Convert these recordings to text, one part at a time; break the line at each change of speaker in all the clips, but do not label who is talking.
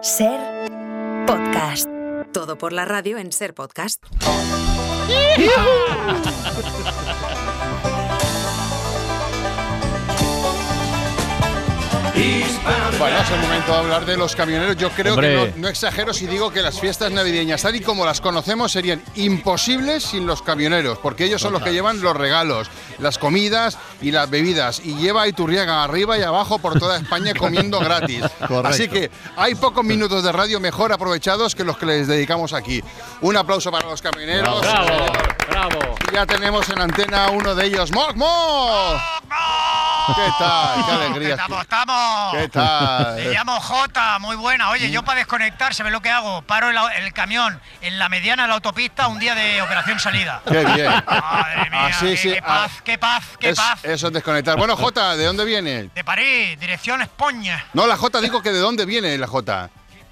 Ser podcast. Todo por la radio en Ser Podcast.
Bueno, es el momento de hablar de los camioneros. Yo creo
Hombre.
que no, no exagero si digo que las fiestas navideñas, tal y como las conocemos, serían imposibles sin los camioneros, porque ellos son los que llevan los regalos, las comidas y las bebidas. Y lleva a Iturriaga arriba y abajo por toda España comiendo gratis.
Correcto.
Así que hay pocos minutos de radio mejor aprovechados que los que les dedicamos aquí. Un aplauso para los camioneros.
Bravo, bravo.
Y Ya tenemos en antena a uno de ellos. ¡Moc, Moc! ¿Qué tal? ¡Qué alegría!
Estamos, estamos.
¿Qué tal?
Me llamo Jota, muy buena. Oye, yo para desconectar, ¿sabes lo que hago? Paro el, au- el camión en la mediana de la autopista un día de operación salida.
Qué bien.
Madre mía,
Así
qué,
sí,
qué
ah,
paz, qué paz, qué
Es- eh,
paz.
Eso es desconectar. Bueno, Jota, ¿de dónde viene?
De París, dirección España.
No, la Jota dijo que de dónde viene la Jota.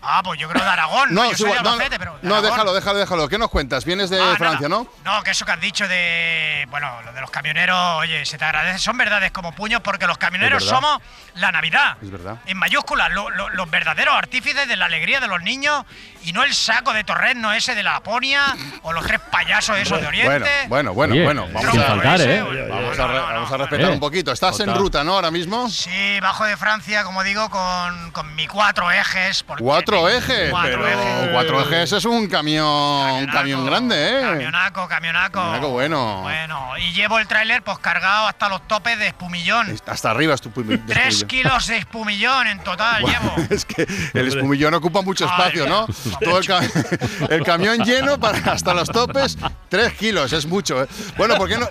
Ah, pues yo creo de Aragón. No,
No,
yo
es
soy de
igual, no,
Albacete, pero. de
no,
Aragón.
déjalo, déjalo, déjalo. ¿Qué nos cuentas? Vienes de
Ah, nada.
Francia, ¿no?
No, que eso que has dicho de. Bueno, lo de los camioneros, oye, se te agradece. Son verdades como puños porque los camioneros
Es verdad.
somos la Navidad.
Es verdad.
En mayúsculas, lo- lo- los verdaderos artífices de la alegría de los niños y no el saco de torreno ese de la Laponia o los tres payasos esos de Oriente.
Bueno, bueno, bueno,
Oye,
bueno. Vamos
sin
a,
Trompos
faltar,
ese,
¿eh?
bueno,
vamos
no,
a re-
no, no,
vamos a
no,
respetar
Eh,
un poquito. Estás en
Jota.
ruta, ¿no? Ahora mismo.
Sí, bajo de Francia, como digo, con, con mi cuatro ejes. porque-
Cuatro ejes.
Cuatro
pero
ejes.
cuatro ejes es un camión, un
Camionaco,
camión grande, ¿eh?
Camionaco, camionaco.
Camionaco bueno.
Bueno, y llevo el tráiler pues cargado hasta los topes de espumillón.
Hasta arriba es tu pumi- de
Tres
espumillón.
kilos de espumillón en total llevo.
Es que el espumillón ocupa mucho
Madre
espacio, ¿no?
mía.
Todo el, ca- el camión lleno para hasta los topes, tres kilos, es mucho. ¿eh? Bueno, ¿por qué no,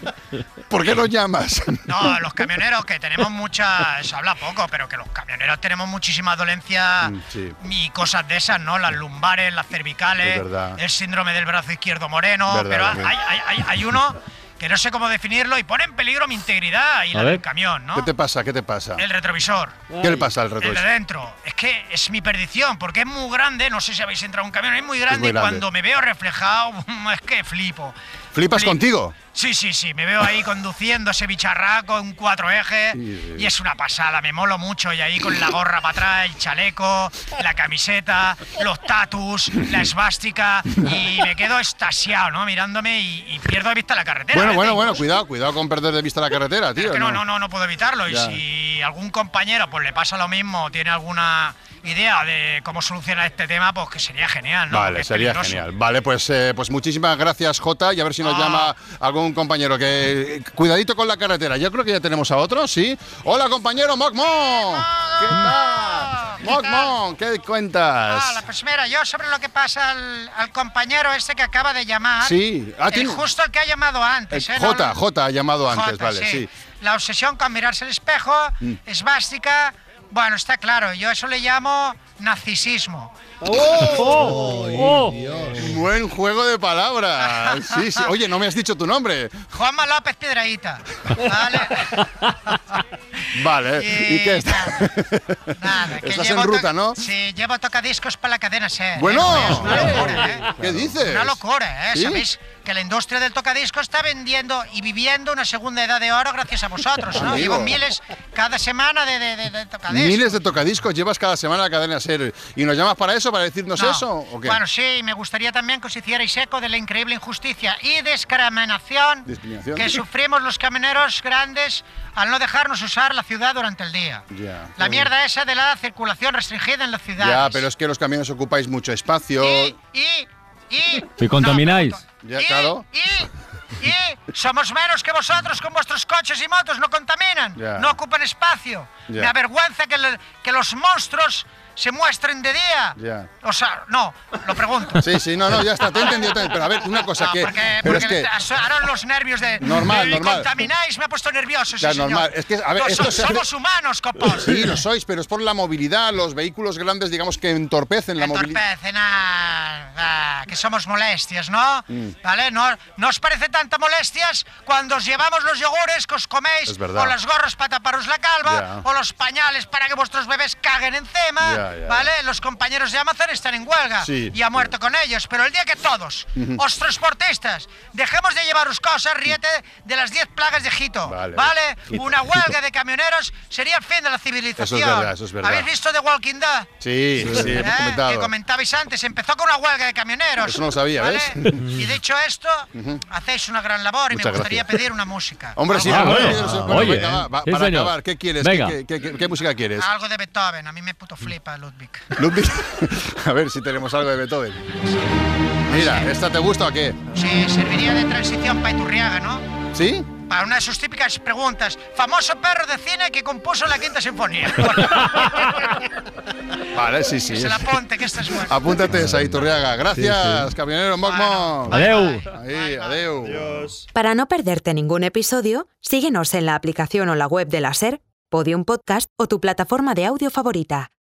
¿por qué no llamas?
No, los camioneros que tenemos muchas, se habla poco, pero que los camioneros tenemos muchísimas dolencias
Mm, sí.
y cosas de esas, ¿no? Las lumbares, las cervicales,
Es verdad.
el síndrome del brazo izquierdo moreno,
Verdad,
pero
verdad.
hay, hay- hay- hay uno que no sé cómo definirlo y pone en peligro mi integridad y
A
la
ver.
del camión, ¿no?
¿Qué te pasa? ¿Qué te pasa?
El retrovisor.
¿Qué le pasa al este?
El de
retrovisor?
dentro. Es que es mi perdición, porque es muy grande. No sé si habéis entrado en un camión, es muy grande.
muy
y
grande.
cuando me veo reflejado, es que flipo.
¿Flipas
Flip-
contigo?
Sí, sí, sí. Me veo ahí conduciendo ese bicharraco en cuatro ejes.
Sí, sí.
Y es una pasada, me molo mucho. Y ahí con la gorra para atrás, el chaleco, la camiseta, los tatus, la esvástica. Y me quedo estasiado, ¿no? Mirándome y, y pierdo de vista la carretera. ¿eh?
Bueno, bueno,
Tengo-
bueno, cuidado, cuidado con perder de vista la carretera,
es
tío.
que no, no, no, no puedo evitarlo.
Ya.
Y si algún compañero pues le pasa lo mismo o tiene alguna idea de cómo solucionar este tema, pues que sería genial, ¿no? Porque
Vale,
es
sería
peligroso.
genial. Vale, pues, eh, pues muchísimas gracias, Jota, y a ver si nos
Ah.
llama algún compañero. Que cuidadito con la carretera. Yo creo que ya tenemos a otro, sí. Hola, compañero Mocmon. ¿Qué tal?
¿Qué tal?
Mocmon, ¿qué
Ah,
cuentas?
pues mira, yo sobre lo que pasa al, al compañero este que acaba de llamar.
Sí. Ah,
el
tiene-
justo el que ha llamado antes,
Eh,
¿eh?
Jota,
No, no-
Jota ha llamado antes,
Jota,
vale, sí. Mm.
La obsesión con mirarse al espejo, es básica. Bueno, está claro, yo eso le llamo narcisismo.
¡Oh!
Buen juego de palabras. Sí, sí. Oye, no me has dicho tu nombre.
Juanma López Piedraíta. ¿Vale?
Vale. ¿Y qué es?
nada, nada, que
Estás
llevo
en
to-
ruta, ¿no?
Sí, llevo tocadiscos para la cadena SER. ¿eh?
Bueno.
Es una locura, ¿eh?
¿Qué dices?
Una locura, ¿eh?
Pues, Sí.
Sabéis que la industria del tocadisco está vendiendo y viviendo una segunda edad de oro gracias a vosotros, ¿no?
Amigo.
Llevo miles cada semana de, de, de- de tocadiscos.
Miles de tocadiscos llevas cada semana a la cadena SER. ¿Y nos llamas para eso, para decirnos
No.
eso? ¿o qué?
Bueno, sí, me gustaría también que os hicierais eco de la increíble injusticia y discriminación,
Discriminación.
que sufrimos los camioneros grandes al no dejarnos usar la ciudad durante el día.
Ya.
La mierda esa de la circulación restringida en la ciudad.
ya, pero es que los camiones ocupáis mucho espacio.
Y, y, y...
¿Y contamináis?
No, pero-
Ya,
y-
claro.
Y, y somos menos que vosotros con vuestros coches y motos, no contaminan,
Ya.
no ocupan espacio.
Ya.
Me avergüenza que, le- que los monstruos se muestren de día.
Ya.
O sea, no, lo pregunto.
Sí, sí, no, no, ya está, te he entendido. te he entendido. Pero a ver, una cosa
No,
que.
porque,
pero es
porque
que.
me asaron los nervios de.
Normal,
de-
normal.
contamináis, me ha puesto nervioso. sí,
Ya,
señor.
normal. Es que, a ver,
No,
esto
so-
se hace-
somos humanos, copos.
Sí, lo sois, pero es por la movilidad, los vehículos grandes, digamos, que entorpecen la movilidad.
Entorpecen a- a- ah, que somos molestias, ¿no?
Mm.
¿Vale? No, ¿No os parece tanta molestias cuando os llevamos los yogures que os coméis
Es verdad.
o las gorras para taparos la calva
Ya.
o los pañales para que vuestros bebés caguen encima
Ya. Ya, ya.
¿Vale? Los compañeros de Amazon están en huelga
Sí,
y ha muerto con ellos. Pero el día que todos, os transportistas, dejemos de llevaros cosas, ríete de las 10 plagas de Egipto.
Vale.
Vale. Una huelga de camioneros sería el fin de la civilización.
verdad, eso es verdad.
¿Habéis visto The Walking Dead?
Sí, sí,
¿Eh?
hemos comentado.
Que comentabais antes, empezó con una huelga de camioneros.
Eso no lo sabía, ¿ves?
Y dicho esto, hacéis una gran labor y
Muchas
me gustaría
gracias.
pedir una música.
Hombre, sí,
Ah,
hombre,
bueno.
no sé,
Ah,
bueno,
oye,
venga, va, va,
sí,
para
señor.
acabar, ¿qué quieres?
Venga.
¿Qué, qué- qué- qué música quieres?
Algo de Beethoven, a mí me puto flipa Ludwig.
Ludwig. A ver si tenemos algo de Beethoven. Mira, ¿esta te gusta o qué?
Sí, serviría de transición para Iturriaga, ¿no?
¿Sí?
Para una de sus típicas preguntas. Famoso perro de cine que compuso la quinta sinfonía.
Vale, sí, sí.
Se la ponte, que estás muerto.
Apúntate esa, Iturriaga. Gracias, camionero Moc Moc.
Bye,
Adeu.
bye.
Ahí,
Bye, bye.
adeu.
Para no perderte ningún episodio, síguenos en la aplicación o la web de la SER, Podium Podcast o tu plataforma de audio favorita.